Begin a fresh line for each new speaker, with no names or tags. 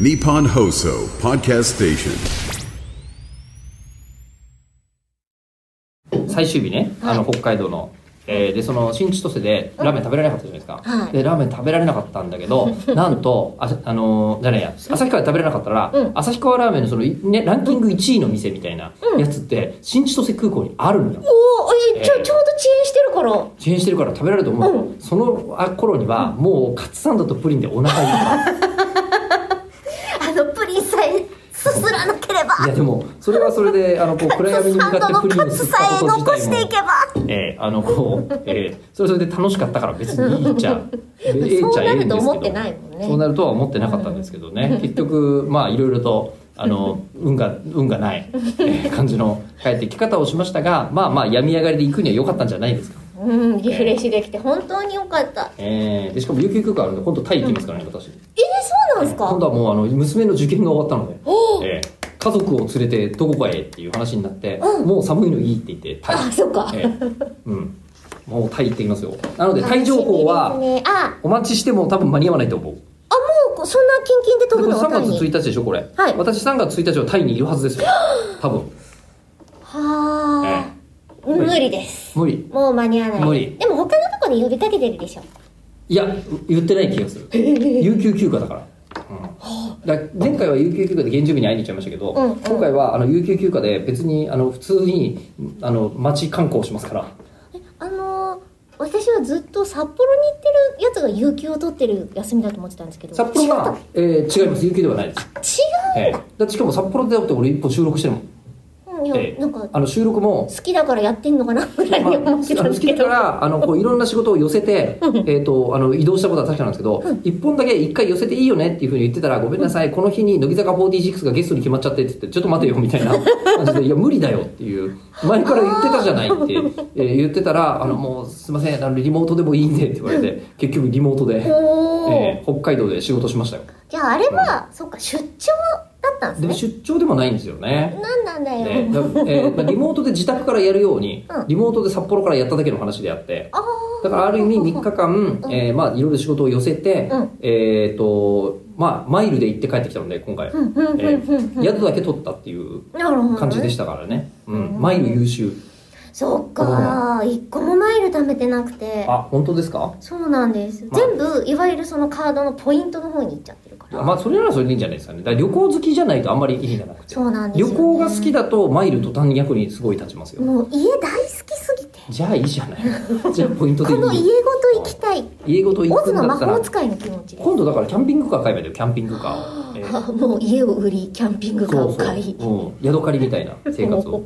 Nippon Hoso Podcast Station.
最終日ね、あの北海道の、えーでその新千歳でラーメン食べられなかったじゃないですか、
はい
でラーメン食べられなかったんだけ どなんとあ、あのーじゃないや旭川で食べれなかったら、
うん
旭川ラーメンのその、いね、ランキング1位の店みたいな
うん
やつって新千歳空港にあるのよ
おおえちょ
えー
ちょうど遅延してるから
遅延してるから食べられると思うよ、そのあ頃にはもうカツサンドとプリンでお腹いっぱい
あのプリンさえすすらなければ
いやでもそれはそれであのこう暗闇に向
サンド
かっ
の
てプリンを
カ
吸
ツ
った
さ
こ
え
と自
残して
体
い
も
けば
ええあのこう、ええそれはそれで楽しかったから別にいいじ ゃん。ええ
そう
じゃええ
なん
ですけ
る
ど
と思ってないもんね
そうなるとは思ってなかったんですけど ね。結局まあいろいろとあの運が運がない、ええ感じの帰ってき方をしましたが、まあまあ病み上がりで行くには良かったんじゃないですか。
うんリフレッシュできて本当によかった
ええでしかも有給休暇あるんで今度タイ行きますからね私。
えー、そうなんです
今
か
度はもうあの娘の受験が終わったので。
おー
ええ家族を連れてどこかへっていう話になって、
うん
もう寒いのいいって言ってタイ
あそっか、
ええうん、もうタイ行ってきますよなのでタイ情報
楽
は
しみですね、あ
お待ちしても多分間に合わないと思うで
あもうそんなキンキンで飛
こ
ぶ
れ
の
3
タイ
月
に
1日でしょこれ、
はい
私3月1日はタイにいるはずですよ多分
はあ、無理です
無理
もう間に合わない
無理
でも他のとこで呼びかけてるでしょ
いや言ってない気がする有給休暇だから,、うん、だから前回は有給休暇で原住民に会いに行っちゃいましたけど、
うんうん
今回はあの有給休暇で別にあの普通にあの街観光しますから
あのー私はずっと札幌に行ってるやつが有給を取ってる休みだと思ってたんですけど
札幌は、えー違います有給ではないです、
違
ええだってしかも札幌でだって俺一本収録してるもん、
う、うん、いや、
ええ
なんか
あの収録も
好きだからやってんのかなぐらい
まあ、
に
あの
思ってたん
好
ですけ
きか
ど、
らあのこういろんな仕事を寄せてえーとあの移動したことは確かなんですけど一本だけ一回寄せていいよねっていうふうに言ってたらごめんなさいこの日に乃木坂46がゲストに決まっちゃってって言ってちょっと待てよみたい な感じでいや無理だよっていう前から言ってたじゃないってえー言ってたらあのもうすいませんあのリモートでもいいんでって言われて結局リモートで、
おー
えー北海道で仕事しましたよ
じゃああれは、そっか出張だった
で
ん
も
ですね
出張でもないんですよね
なんなんだよ、
ねだえーまあリモートで自宅からやるように
うん
リモートで札幌からやっただけの話であって
あ
だからある意味3日間、えーまあ、いろいろ仕事を寄せて、
うん
えっ、と、まあ、マイルで行って帰ってきたので、今回、
あうんうん
え
うんうん
ー宿だけ取ったっていう
なるほど、ね、
感じでしたからね。うん、マイル優秀。
そっかー一個もマイル貯めてなくて
あ、本当ですか
そうなんです
まあ
全部いわゆるそのカードのポイントの方に行っちゃってるから
まあ、それならそれでいいんじゃないですかね。だから旅行好きじゃないとあんまり意味がなくて。
そうなんですよ、
旅
ね、
行が好きだと、マイルと単に役にすごい立ちますよ。
もう家大好きすぎて
じゃあいいじゃない。 じゃあポイントでい
こ
い。
の家ごと行きたい
家ごと行
オ
く
ズ
ん
の
だ
魔
ったら
法、使いの気持ちで
今度だからキャンピングカー買えばいいんだよ、キャンピングカーを。えー
あもう家を売りキャンピングカー
そう
を買い
そう、うん、宿借りみたいな生活を